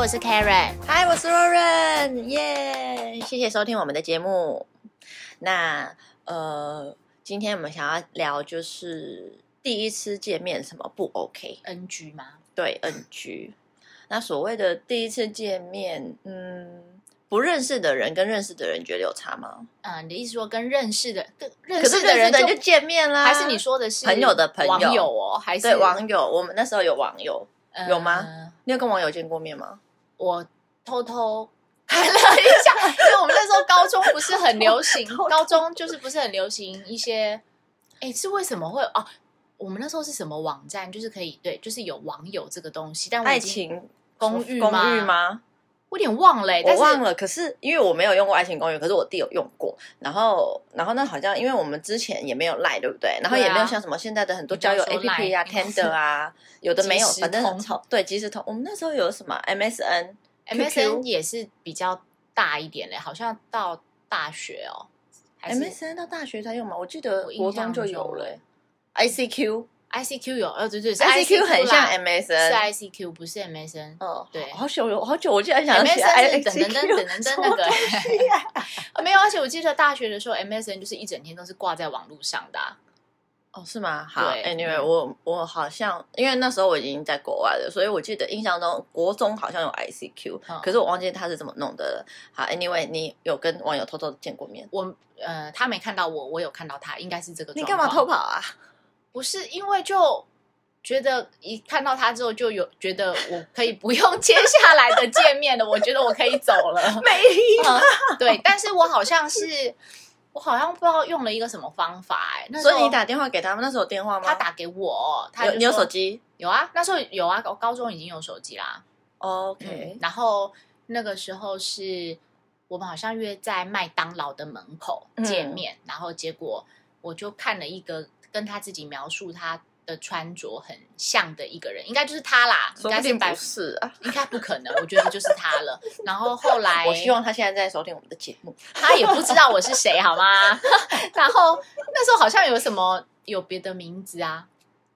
我是 Karen。嗨，我是 Roran，耶、谢谢收听我们的节目。那呃，今天我们想要聊就是第一次见面什么不 OK？ NG 吗？对，NG。那所谓的第一次见面，嗯，不认识的人跟认识的人觉得有差吗？嗯、你的意思说跟认识的、跟认可是识的认人识的就，人就见面啦，还是你说的是朋友的朋友网友哦？还是对网友？我们那时候有网友，呃有吗？你有跟网友见过面吗？我偷偷 看了一下，因为我们那时候高中不是很流 行，偷偷高中就是不是很流行一些，哎，是为什么会哦？我们那时候是什么网站？就是可以对，就是有网友这个东西，但我爱已经情公寓公吗寓吗？我有点忘了，欸但我是忘了，可是因为我没有用过爱情公寓，可是我弟有用过。然后，然后那好像因为我们之前也没有赖，对不对？然后也没有像什么现在的很多交友你不 A 要说 P P Line 啊、Tinder 啊，有的没有，即时反正通超对即时通。我们那时候有什么 M S N， MSN 也是比较大一点嘞，好像到大学哦，还是 MSN 到大学才用嘛？我记得我印国象中就有中了、I C Q，I ICQ 有，呃，对对是 C Q 很像啦 M S 是啊 N， ICQ，不是 MSN。嗯，对好久有好久，我竟然想起 I MSN 是 C 等 Q，等等等等那个、啊哦没有，而且我记得大学的时候，MSN 就是一整天都是挂在网络上的啊、哦，是吗？好对，Anyway，、嗯我我好像因为那时候我已经在国外了，所以我记得印象中国中好像有 ICQ，、嗯可是我忘记他是怎么弄的了。好，Anyway，你有跟网友偷偷见过面？我呃，他没看到我，我有看到他，应该是这个。你干嘛偷？跑啊？ 不是因为就觉得一看到他之后就有觉得我可以不用接下来的见面了，我觉得我可以走了。 没有，嗯对，但是我好像是，我好像不知道用了一个什么方法、哎，那时所候以你打电话给他们，那时候有电话吗？他打给我，他有就你有说手机有啊，那时候有啊，我高中已经有手机啦。嗯？OK，、然后那个时候是我们好像约在麦当劳的门口嗯见面，然后结果我就看了一个跟他自己描述他的穿着很像的一个人，应该就是他啦，应说该不是定百不，是啊。应该不可能，我觉得就是他 了。然后后来我希望他现在在收听我们的节目。他也不知道我是谁，好吗？ 然后那时候好像有什么有别的名字啊，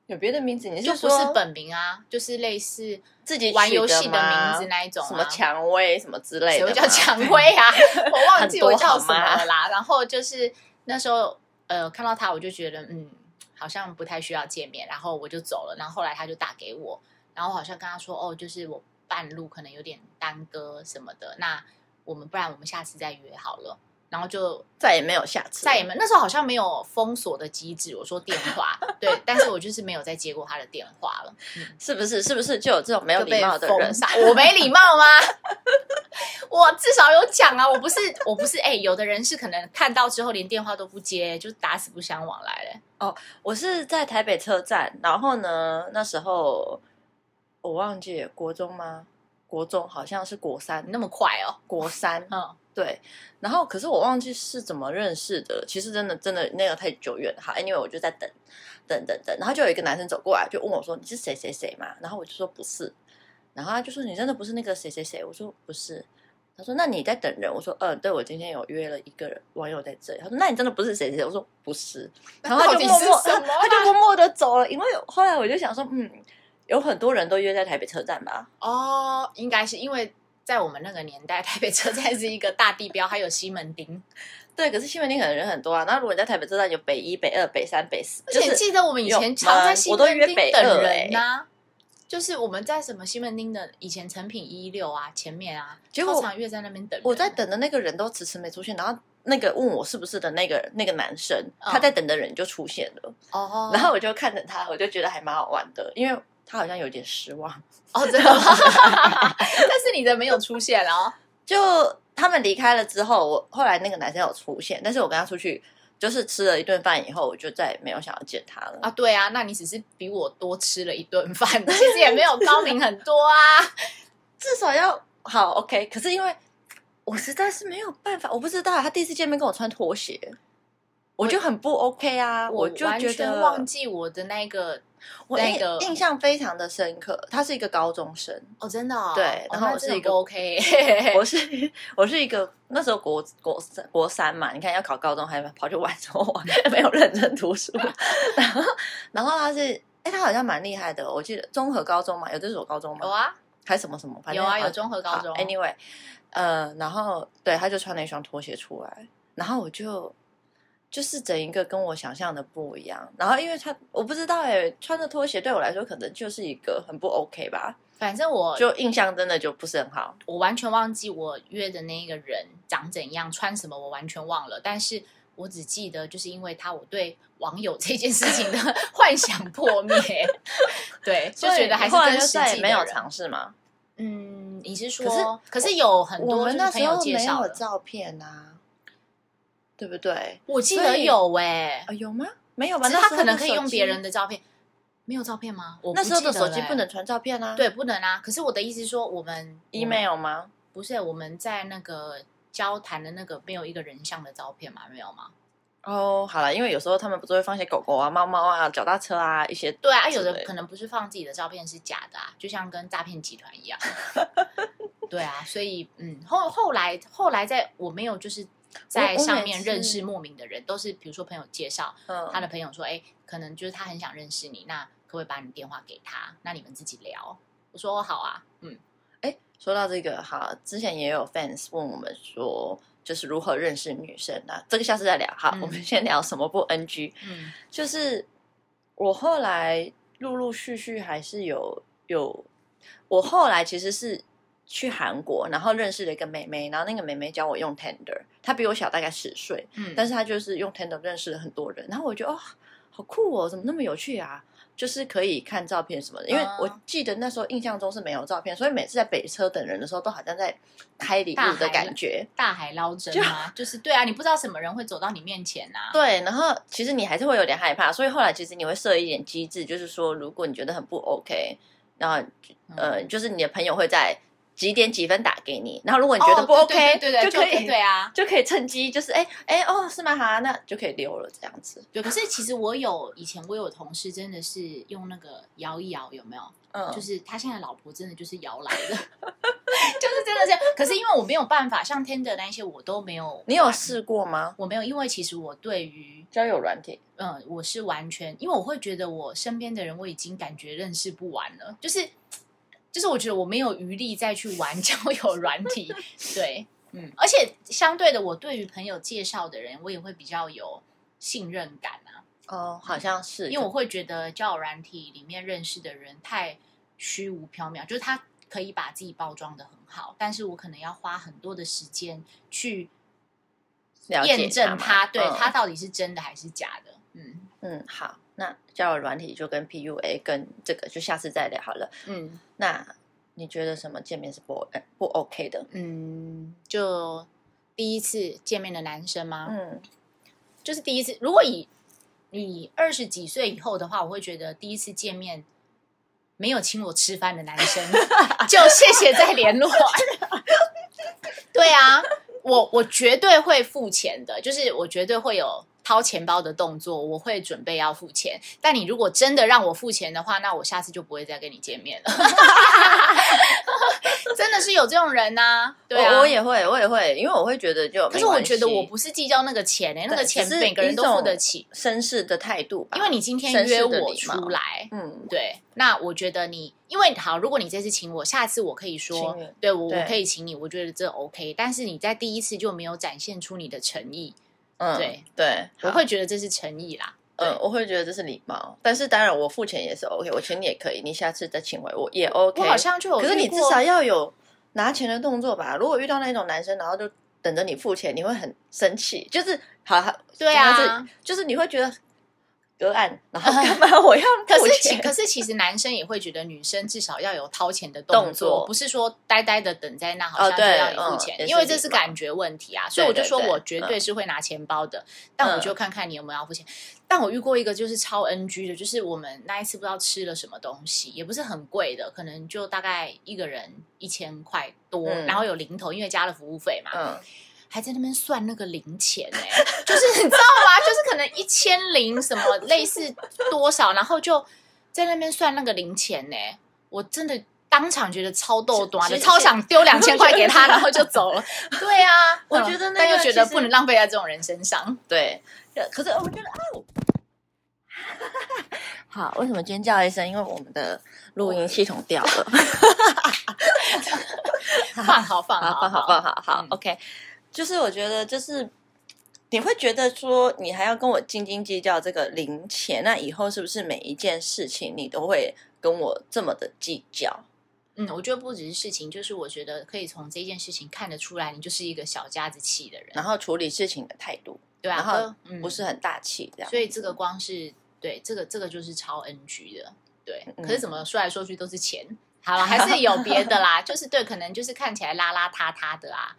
有别的名字？你就是不说是本名啊，就是类似自己玩取游戏的吗名字那一种、啊，什么蔷薇什么之类谁的吗？会叫蔷薇啊？我 忘记很多我叫什么好吗了啦。然后就是那时候呃看到他，我就觉得嗯好像不太需要见面，然后我就走了。然后后来他就打给我，然后我好像跟他说哦，就是我半路可能有点耽搁什么的，那我们不然我们下次再约好了。然后就再也没有下次了，再也没那时候好像没有封锁的机制，我说电话 对，但是我就是没有再接过他的电话了，是不是？是不是就有这种没有就礼被貌的封人？杀。 我没礼貌吗？ 我至少有讲啊，我不是我不是哎、有的人是可能看到之后连电话都不接，就打死不相往来了。我是在台北车站，然后呢，那时候我忘记了国中吗？国中好像是国三你，那么快哦，国三嗯，对。然后可是我忘记是怎么认识的，其实真的真的那个太久远了。好，anyway，我就在等等等等，然后就有一个男生走过来，就问我说：“你是谁谁谁嘛？”然后我就说不是，然后他就说：“你真的不是那个谁谁谁？”我说：“不是。”他说：“那你在等人？”我说：“嗯，对，我今天有约了一个人网友在这里。”他说：“那你真的不是谁谁谁？”我说：“不是。”然后他到就底默是默什么啊？ 他就默默的走了，因为后来我就想说，嗯，有很多人都约在台北车站吧，哦，应该是因为在我们那个年代， 台北车站是一个大地标，还有西门町。对，可是西门町可能人很多啊。那如果你在台北车站，有北一、北二、北三、北四，而就且是记呃得我们以有前常在西我都门约町北等二人呐、就是我们在什么西门町的以前成品一六啊前面啊，结果超常约在那边等人。我在等的那个人都迟迟没出现，然后那个问我是不是的那个那个男生，嗯他在等的人就出现了，哦，然后我就看着他，我就觉得还蛮好玩的，因为他好像有点失望，哦，真的吗？ 但是你的没有出现了哦。就他们离开了之后，我后来那个男生有出现，但是我跟他出去。就是吃了一顿饭以后，我就再也没有想要见他了。啊，对啊，那你只是比我多吃了一顿饭，其实也没有高明很多啊。至少要好 OK。可是因为我实在是没有办法，我不知道他第一次见面跟我穿拖鞋，我就很不 OK 啊！ 我就完觉全得忘记我的那个我那印个印象非常的深刻。他是一个高 中生，哦，真的、哦、对哦然后那我是真的一个不 OK，我是我是一个那时候国国三国三嘛，你看要考高中还跑去玩什么玩，没有认真 读书。然后然后他是哎、他好像蛮厉害的，我记得综合高中嘛，有这所高中吗？有啊，还什么什么， 反正有啊，有好中和高中好，Anyway，呃，然后对，他就穿了一双拖鞋出来，然后我就就是整一个跟我想象的不一样。然后因为他我不知道哎、穿着拖鞋对我来说可能就是一个很不 OK 吧，反正我就印象真的就不是很好。我完全忘记我约的那一个人长怎样、穿什么，我完全忘了。但是我只记得，就是因为他，我对网友这件事情的 幻想破灭。 对，就觉得还是后来跟就实再也际没有长。尝试嘛。嗯，你是可是说，可是有很我多们就那是朋时友候介没绍有的，照片啊，对不对？我记所得以有哎、啊，有吗？没有吧？可是那他时候可能的可以手用别机人。的照片，没有照片吗？我那不时候记的得手了机欸不能传照片啊，对，不能啊。可是我的意思是说，我们，email 吗？不是我们在那个交谈的那个没有一个人像的照片嘛？没有吗？哦，好了，因为有时候他们不是会放些狗狗啊、猫猫啊、脚踏车啊一些，对啊，之有类的的可能不是放自己的照片是假的啊，就像跟诈骗集团一 样。对啊，所以嗯，后后来后来在我没有就是在我我上每面次认识莫名的人，都是比如说朋友介绍，嗯，他的朋友说，哎、可能就是他很想认识你，那可不可以把你电话给他？那你们自己聊。我说哦好啊，嗯，哎，说到这个哈，之前也有 fans 问我们说，就是如何认识女生啊？这个下次再聊。好，嗯我们先聊什么不 NG。嗯，就是我后来陆陆续续还是有有，我后来其实是去韩国，然后认识了一个妹妹，然后那个妹妹教我用 Tender，她比我小大概十岁，嗯但是他就是用 Tandem 认识了很多人，然后我觉得哦，好酷哦，怎么那么有趣啊？就是可以看照片什么的，因为啊我记得那时候印象中是没有照片，所以每次在北车等人的时候，都好像在开礼物的感觉。大海捞针吗？就是对啊，你不知道什么人会走到你面前啊。对，然后其实你还是会有点害怕，所以后来其实你会设一点机制，就是说如果你觉得很不 OK，然后呃，嗯就是你的朋友会在几点几分打给你，然后如果嗯，你觉得不哦 OK，、对对对对，就可以对啊。就可以趁机就是哎哎哦是吗？好，那就可以溜了这样子。对，可是其实我有以前我有同事真的是用那个摇一摇，有没有？嗯，就是他现在老婆真的就是摇来的， 就是真的是。可是因为我没有办法，像 Tender 那一些我都没有。你有？试过吗？我没有，因为其实我对于交友软体，嗯，我是完全，因为我会觉得我身边的人我已经感觉认识不完了，就是就是我觉得我没有余力再去玩 交友软体，对，嗯，而且相对的，我对于朋友介绍的人，我也会比较有信任感啊，哦，好像是，因为我会觉得交友软体里面认识的人太虚无缥缈，就是他可以把自己包装的很好，但是我可能要花很多的时间去了解验证他他，嘛对、嗯他到底是真的还是假的，嗯嗯，好，那交友软体就跟 PUA 跟这个就下次再聊好了。嗯。那你觉得什么见面是不呃不 OK 的？嗯，就第一次见面的男生吗？嗯，就是第一次，如果以你二十几岁以后的话，我会觉得第一次见面没有请我吃饭的男生，就谢谢再联络。 对啊，我我绝对会付钱的，就是我绝对会有掏钱包的动作，我会准备要付钱。但你如果真的让我付钱的话，那我下次就不会再跟你见面了。 真的是有这种人呐、对啊我我也会，我也会，因为我会觉得就可是我觉得没我关系不是计较那个钱欸诶、那个对钱只是每个人都一种付得起，绅士的态度吧，因为你今天绅士约的我礼貌出来，嗯，对，那我觉得你，因为好，如果你这次请我，下次我可以说请你，对我对我可以请你，我觉得这 OK。但是你在第一次就没有展现出你的诚意，嗯对对，我好会觉得这是诚意啦。对嗯，我会觉得这是礼貌，但是当然我付钱也是 OK，我请你也可以，你下次再请回我也 OK。我好像就有遇可过，是你至少要有拿钱的动作吧。如果遇到那种男生，然后就等着你付钱，你会很生气，就是好，好对讲到这啊里，就是你会觉得 隔岸，然后干嘛 我要可付是其钱？可是其实男生也会觉得女生至少要有掏钱的动动作不是说呆呆的等在那，好像哦就对要你付嗯钱，也因为是这礼是貌感觉问题啊。所以对我就对说对嗯我绝对是会拿钱包的，但我就看看你有没有要付钱。但我遇过一个就是超 NG 的，就是我们那一次不知道吃了什么东西，也不是很贵的，可能就大概一个人一千块多，嗯然后有零头，因为加了服务费嘛。嗯，还在那边算那个零钱呢、就是 你知道吗？就是可能一千零什么类似多少，然后就在那边算那个零钱呢、欸我真的当场觉得超逗短的，其实超想丢两千块给 他，然后就走了。对啊，我觉得那个但又觉得其实不能浪费在这种人身 上。对。可是我觉得 哦，好，为什么尖叫一声？因为我们的录音系统掉了。放好放好好好好好好好、嗯 o k 就是我觉得就是你会觉得说你还要跟我斤斤计较这个零钱，那以后是不是每一件事情你都会跟我这么的计较？嗯，我觉得不只是事情，就是我觉得可以从这件事情看得出来，你就是一个小家子气的人然，后处理事情的态度对啊，然后哥嗯不是很大气，这样、所以这个光是对这个这个就是超 NG 的，对。嗯可是怎么说来说去都是钱，好了，还是 有别的啦，就是对，可能就是看起来邋邋遢遢的啊。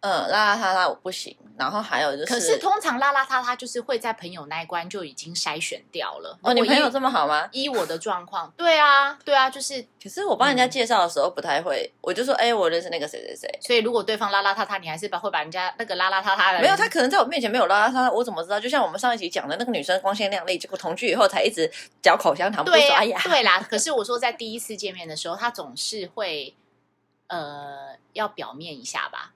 嗯，啦啦啦啦，我不行。然后还有就是，可是通常邋邋遢遢就是会在朋友那一关就已经筛选掉了。哦，你如果朋友依这么好吗？依我的状况，对啊，对啊，就是可是我帮人家嗯介绍的时候不太会，我就说，哎、我认识那个谁谁谁。所以如果对方邋邋遢遢，你还是把会把人家那个邋邋遢遢的人没有，他可能在我面前没有拉拉他，我怎么知道？就像我们上一集讲的那个女生光鲜亮丽，结果同居以后才一直嚼口香糖，不是对说呀哎呀，对啦。可是我说在第一次见面的时候，他总是会呃要表面一下吧。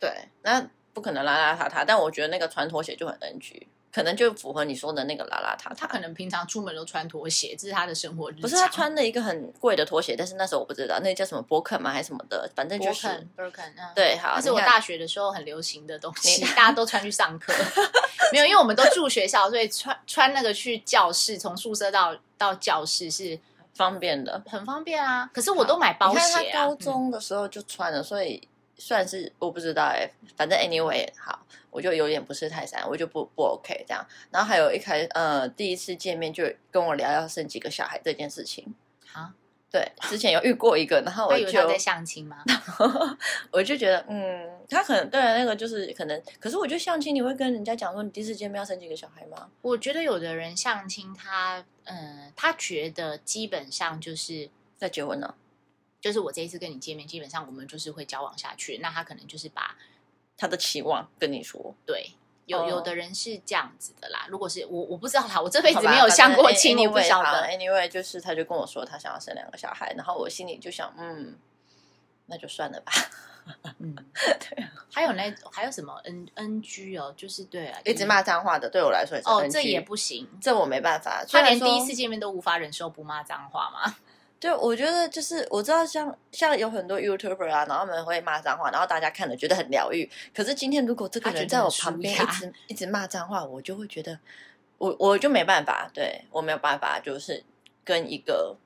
对，那不可能拉拉遢遢。但我觉得那个穿拖鞋就很 NG，可能就符合你说的那个拉拉遢他遢。可能平常出门都穿拖鞋，这是他的生活日常。不是他穿了一个很贵的拖鞋，但是那时候我不知道那叫什么博肯吗还是什么的，反正就勃是肯 Birkin，嗯，。对，好，那是你我看大学的时候很流行的东西，你大家都穿去上 课。没有，因为我们都住学校，所以穿穿那个去教室，从宿舍到到教室是方便的。很方便啊。可是我都买包你看鞋他啊，高中的时候就穿了，所以算是我不知道哎、反正 anyway 好，我就有点不是太善，我就不不 OK 这样。然后还有一开呃第一次见面就跟我聊要生几个小孩这件事情，啊，对，之前有遇过一个，然后他我以为就他在相亲吗？ 我就觉得嗯，他可能对啊那个就是可能，可是我觉得相亲你会跟人家讲说你第一次见面要生几个小孩吗？我觉得有的人相亲，他嗯，他觉得基本上就是要结婚呢、就是我这一次跟你见面，基本上我们就是会交往下去。那他可能就是把他的期望跟你说，对，有、哦有的人是这样子的啦。如果是我，我不知道啦，我这辈好子吧没有相过反正亲，我不 anyway 晓好得。 Anyway，就是他就跟我说他想要生两个小孩，然后我心里就想，嗯，那就算了吧。 嗯，啊还有那还有什么 N N G 哦，就是对啊，一直嗯骂脏话的对我来说也是哦， NG 这也不行。这我没办法。虽他然连说第一次，见面都无法忍受不骂脏话嘛？ 对我觉得就是我知道像像有很多 YouTuber 啊，然后他们会骂脏话，然后大家看了觉得很疗愈。可是今天如果这个他觉人得在我很旁边舒一压直一直骂脏话，我就会觉得我我就没办法，对我没有办法，就是跟一个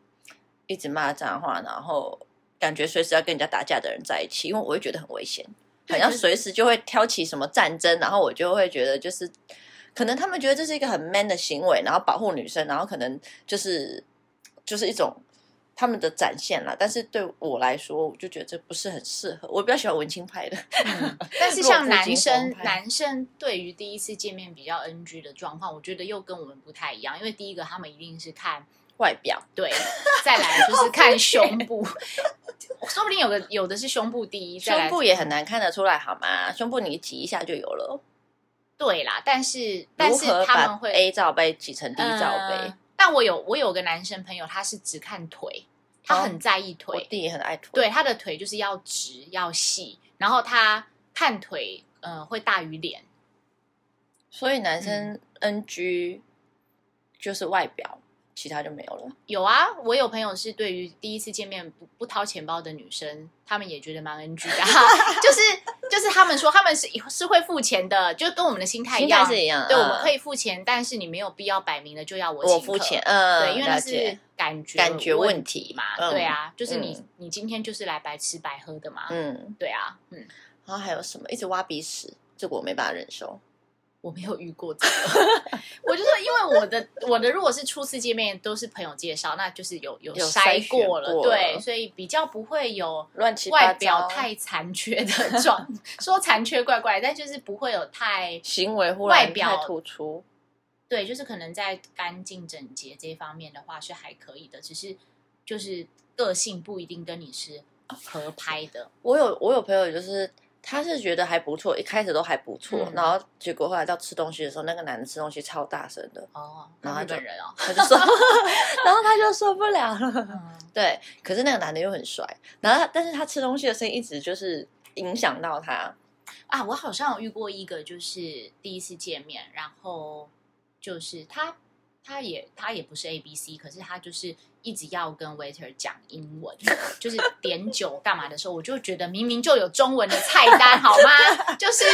一直骂脏话，然后感觉随时要跟人家打架的人在一起，因为我会觉得很危险，对好像就是随时就会挑起什么战争，然后我就会觉得就是。可能他们觉得这是一个很 man 的行为，然后保护女生，然后可能就是就是一种他们的展现啦。但是对我来说，我就觉得这不是很适合。我比较喜欢文青派的， 嗯但是落像魄男金生黄，牌男生对于第一次见面比较 NG 的状况，我觉得又跟我们不太一样，因为第一个他们一定是看外表对， 再来就是看胸部， 说不定有个有的是胸部第一，再来胸部也很难看得出来，好吗？胸部你挤一下就有了。对啦，但是但是如何他们把会 A 罩杯挤成 D 罩杯？呃但我有我有个男生朋友，他是只看腿，他哦很在意我腿，弟也很爱涂。对他的腿就是要直要细，然后他看腿呃会大于脸，所以男生嗯 NG 就是外表，其他就没有了。有啊，我有朋友是对于第一次见面不不掏钱包的女生，他们也觉得蛮 NG 的、 就是就是他们说他们是是会付钱的，就跟我们的心态一心样态，是一样，对，我嗯们可以付钱，但是你没有必要摆明了就要我我请付客钱，，嗯，对，因为那了解是感觉感觉问问题嘛，嗯对啊，就是你、嗯你今天就是来白吃白喝的嘛，嗯，对啊，嗯，然后还有什么一直挖鼻屎，这个我没办法忍受。我没有遇过这个， 我就说，因为我的我的如果是初次见面都是朋友介绍，那就是有有有筛筛选过了，过对，了所以比较不会有乱七外八表糟，太残缺的状， 说残缺怪怪，但就是不会有太行为忽外然表太突出，对，就是可能在干净整洁这一方面的话是还可以的，只是就是个性不一定跟你是合拍的，我有我有朋友就是。他是觉得还不错，一开始都还不错，嗯然后结果后来到吃东西的时候，那个男的吃东西超大声的，哦，然后日他就本人哦，他 就说，然后他就受不了 了。嗯，对，可是那个男的又很帅，然后他但是他吃东西的声音一直就是影响到他，啊，我好像有遇过一个，就是第一次见面，然后就是他他也他也不是 A B C，可是他就是一直要跟 waiter 讲英文，就是点酒干嘛的时候，我就觉得明明就有中文的菜单好吗？就是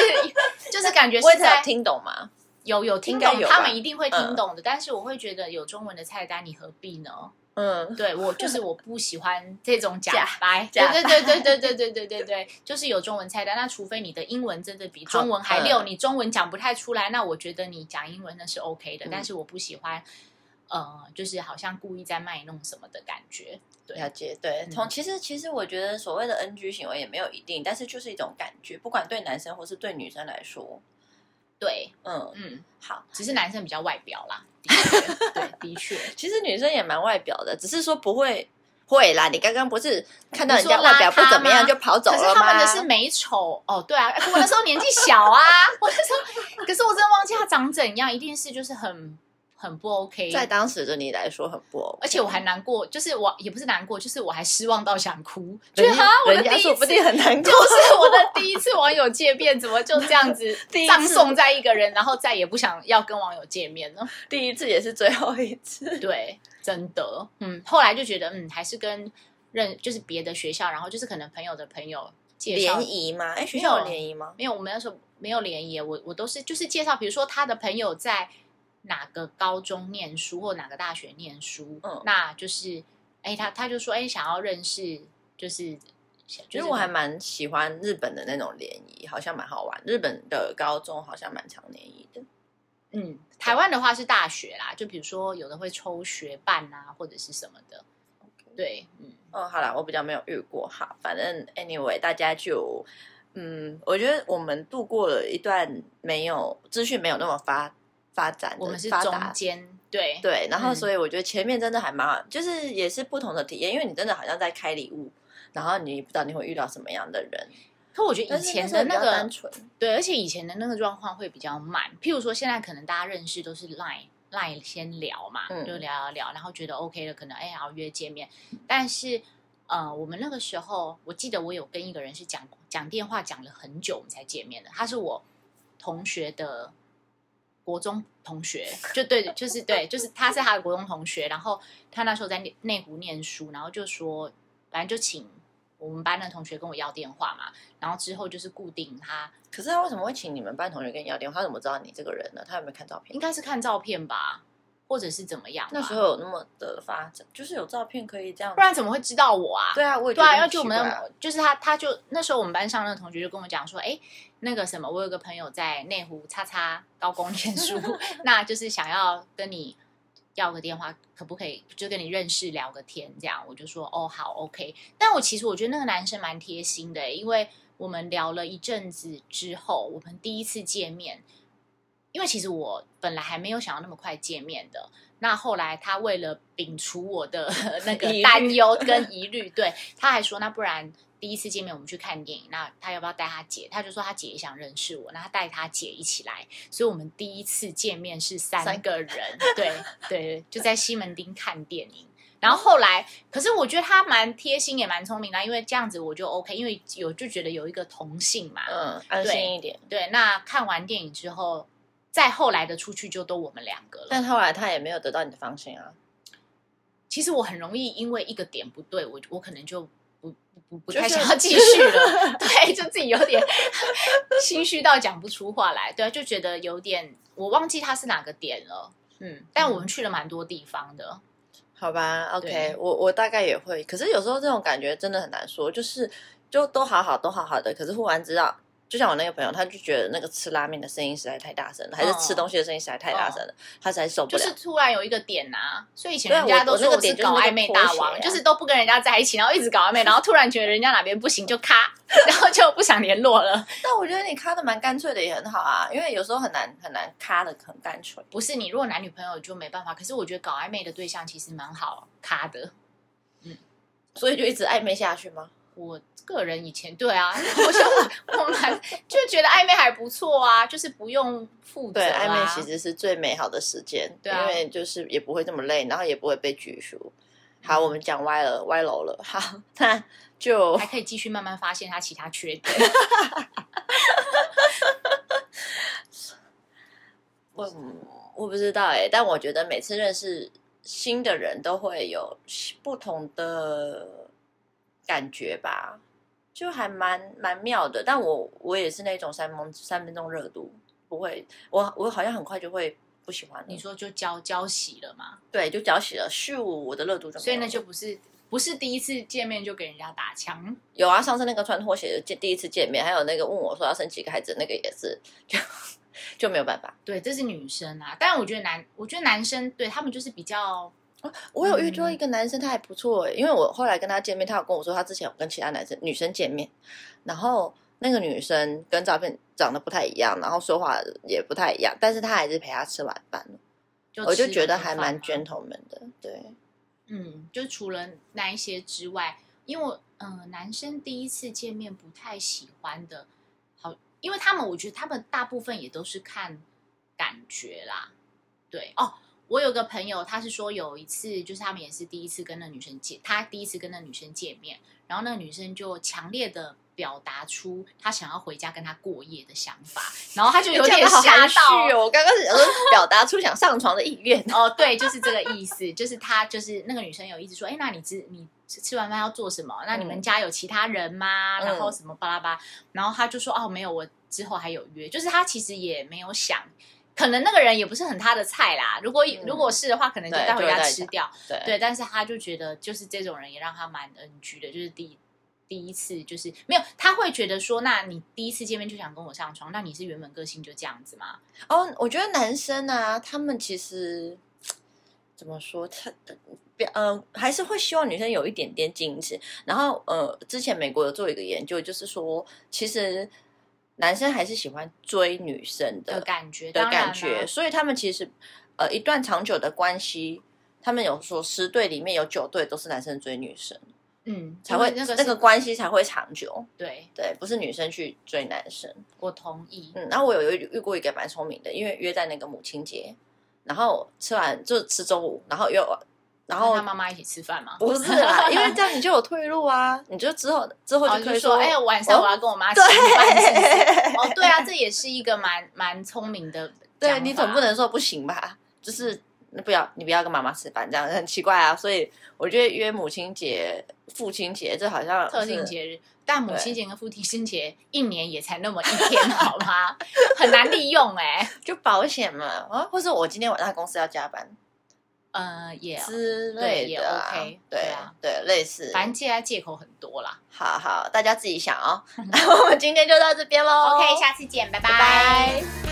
就是感觉我是也有在听懂吗？有有听应该懂，有他吧们一定会听嗯懂的，但是我会觉得有中文的菜单，你何必呢？嗯，对我就是我不喜欢这种假假掰，假对对对对对对对对对对，就是有中文菜单。那除非你的英文真的比好中文还溜，嗯你中文讲不太出来，那我觉得你讲英文那是 OK 的。嗯但是我不喜欢，呃，就是好像故意在卖弄什么的感觉。对了解。对，嗯从其实其实我觉得所谓的 NG 行为也没有一定，但是就是一种感觉，不管对男生或是对女生来说，对，嗯，嗯，好。只是男生比较外表啦，的确，对，的 确。其实女生也蛮外表的，只是说不会会啦。你刚刚不是看到你人家说外表邋不遢怎么样吗就跑走可是了吗？他们的是美丑哦，对啊，我那时候年纪小啊，我那时候，可是我真的忘记他长怎样，一定是就是很很不 OK，在当时的你来说很不 OK，而且我还难过，就是我也不是难过，就是我还失望到想哭，觉人得家哈，我的人家第说一不次定很 难就过。是我的第一次网友见面，怎么就这样子 第一次葬送在一个人，然后再也不想要跟网友见面了。 第一次也是最后一次，对，真的，嗯，后来就觉得，嗯，还是跟认就是别的学校，然后就是可能朋友的朋友介绍联谊吗？哎，学没有校有联谊吗？没有，我们那时候没有联谊，我我都是就是介绍，比如说他的朋友在哪个高中念书或哪个大学念书，嗯那就是哎，他他就说哎，想要认识，就是其就是实我还蛮喜欢日本的那种联谊，好像蛮好玩。日本的高中好像蛮常联谊的，嗯，台湾的话是大学啦，就比如说有的会抽学伴啊，或者是什么的 OK 对，嗯，嗯，好啦，我比较没有遇过哈，反正 anyway，大家就嗯，我觉得我们度过了一段没有资讯没有那么发发展的，我们是发中达。间，对对，然后嗯所以我觉得前面真的还蛮好，就是也是不同的体验，因为你真的好像在开礼物，然后你不知道你会遇到什么样的人。可我觉得但以是前时候的那比较个单纯，对，而且以前的那个状况会比较慢。譬如说，现在可能大家认识都是 Line Line 先聊嘛，嗯就聊聊聊，然后觉得 OK 了，可能哎要约见面。但是呃，我们那个时候，我记得我有跟一个人是讲讲电话讲了很久，我们才见面的。他是我同学的国中同学，就对，就是对，就是他是他的国中同学，然后他那时候在内内湖念书，然后就说，反正就请。我们班的同学跟我要电话嘛，然后之后就是固定他可是他为什么会请你们班同学跟你要电话？他怎么知道你这个人呢？他有没有看照片应？该是看照片吧，或者是怎么样吧？那时候有那么的发展，就是有照片可以这样不。然怎么会知道我啊？对啊，我也对啊，觉得要很就我奇们怪的就是他，他就那时候我们班上那个同学就跟我讲说，哎，那个什么，我有个朋友在内湖叉叉高工念 书，那就是想要跟你要个电话，可不可以就跟你认识聊个天这样？我就说哦好 OK，但我其实我觉得那个男生蛮贴心的，欸因为我们聊了一阵子之后，我们第一次见面。因为其实我本来还没有想要那么快见面的，那后来他为了摒除我 的那个疑虑担忧跟疑虑，对，他还说，那不然第一次见面我们去看电影，那他要不要带他姐？他就说他姐也想认识我，那他带他姐一起来，所以我们第一次见面是三三个人，对对，就在西门町看电影。然后后来，可是我觉得他蛮贴心，也蛮聪明的，啊因为这样子我就 OK，因为有就觉得有一个同性嘛，嗯，安心一点。对。那看完电影之后，再后来的出去就都我们两个了。但后来他也没有得到你的芳心啊，其实我很容易因为一个点不对，我我可能就不不不就太是想 要继续了，对，就自己有点心虚到讲不出话来，对啊，就觉得有点我忘记它是哪个点了，嗯，但我们去了蛮多地方的，好吧？OK，对我我大概也会，可是有时候这种感觉真的很难说，就是就都好好都好好的，可是忽然知道。就像我那个朋友，他就觉得那个吃拉面的声音实在太大声了，还是嗯吃东西的声音实在太大声了，他实在受不就了。是突然有一个点啊，所以以前啊对啊人家我都我那说个我点就是搞那个暧昧大王，脱鞋啊就是都不跟人家在一起，然后一直搞暧昧，然后突然觉得人家哪边不行就咔，然后就不想联络 了。但我觉得你卡的蛮干脆的也很好啊，因为有时候很难很难卡的很干脆。不是你，如果男女朋友就没办法，可是我觉得搞暧昧的对象其实蛮好咔的。所以就一直暧昧下去吗？我个人以前对啊，我就我蛮就觉得暧昧还不错啊，就是不用负责、对，啊。暧昧其实是最美好的时间，对啊因为就是也不会这么累，然后也不会被拘束。好，嗯我们讲歪了，歪楼了。好，那就还可以继续慢慢发现他其他缺点。我嗯我不知道哎、但我觉得每次认识新的人都会有不同的感觉吧，就还蛮蛮妙的。但我我也是那种三分三分钟热度，不会，我我好像很快就会不喜欢了你说就交交喜了嘛，对，就脚洗了，咻，我的热度就没所以有那了就不是不是第一次见面就给人家打枪，有啊，上次那个穿拖鞋的见第一次见面，还有那个问我说要生几个孩子，那个也是就就没有办法。对，这是女生啊。但我觉得男，我觉得男生对他们就是比较我有遇嗯到一个男生，他还不错欸、因为我后来跟他见面，他有跟我说他之前有跟其他男生女生见面，然后那个女生跟照片长得不太一样，然后说话也不太一样，但是他还是陪他吃晚饭了，就我就吃觉得完还饭蛮嘛 gentleman 的，对，嗯，就除了那一些之外，因为我嗯、呃男生第一次见面不太喜欢的，好，因为他们我觉得他们大部分也都是看感觉啦。对哦，我有个朋友，他是说有一次就是他们也是第一次跟那女生见，他第一次跟那女生见面，然后那女生就强烈的。表达出她想要回家跟他过夜的想法，然后他就有这样点好吓含蓄到哦，我刚刚想说表达出想上床的意愿， 哦，对，就是这个意思，就是她就是那个女生有一直说，哎，那你吃你吃吃完饭要做什么？那你们家有其他人吗？嗯然后什么巴拉巴，然后她就说，哦，没有，我之后还有约，就是她其实也没有想。可能那个人也不是很她的菜啦，如果、嗯如果是的话，可能就对带回就会家带吃掉。对对，但是她就觉得，就是这种人也让她蛮 NG 的，就是第一第一次就是没有，她会觉得说，那你第一次见面就想跟我上床，那你是原本个性就这样子吗？哦，我觉得男生啊，他们其实怎么说，他表呃还是会希望女生有一点点矜持。然后呃，之前美国有做一个研究，就是说其实男生还是喜欢追女生的的感觉的当然啊感啦觉，所以他们其实呃一段长久的关系。他们有说十对里面有九对都是男生追女生，嗯，才会因为那个那是个关系才会长久，对，对，不是女生去追男生。我同意。嗯，然后我有遇遇过一个蛮聪明的，因为约在那个母亲节，然后吃完就吃中午，然后约我，然跟后他妈妈一起吃饭吗？不是啦，因为这样你就有退路啊，你就之后之后哦就可就以说，哎、哎呀，晚上哦我要跟我妈吃对饭，是不是 哦，对啊，这也是一个蛮蛮聪明的讲对法你总不能说不行吧？就是你不要你不要跟妈妈吃饭，这样很奇怪啊。所以我觉得约母亲节、父亲节这好像特是定节日，但母亲节跟父亲节一年也才那么一天，好吗？ 很难利用哎、就保险嘛啊，或者我今天晚上公司要加班呃，也之对类也的啊、 OK，对对啊对类似，反正借来借口很多啦。好好，大家自己想哦。那我们今天就到这边喽。 OK，下次见，拜拜拜拜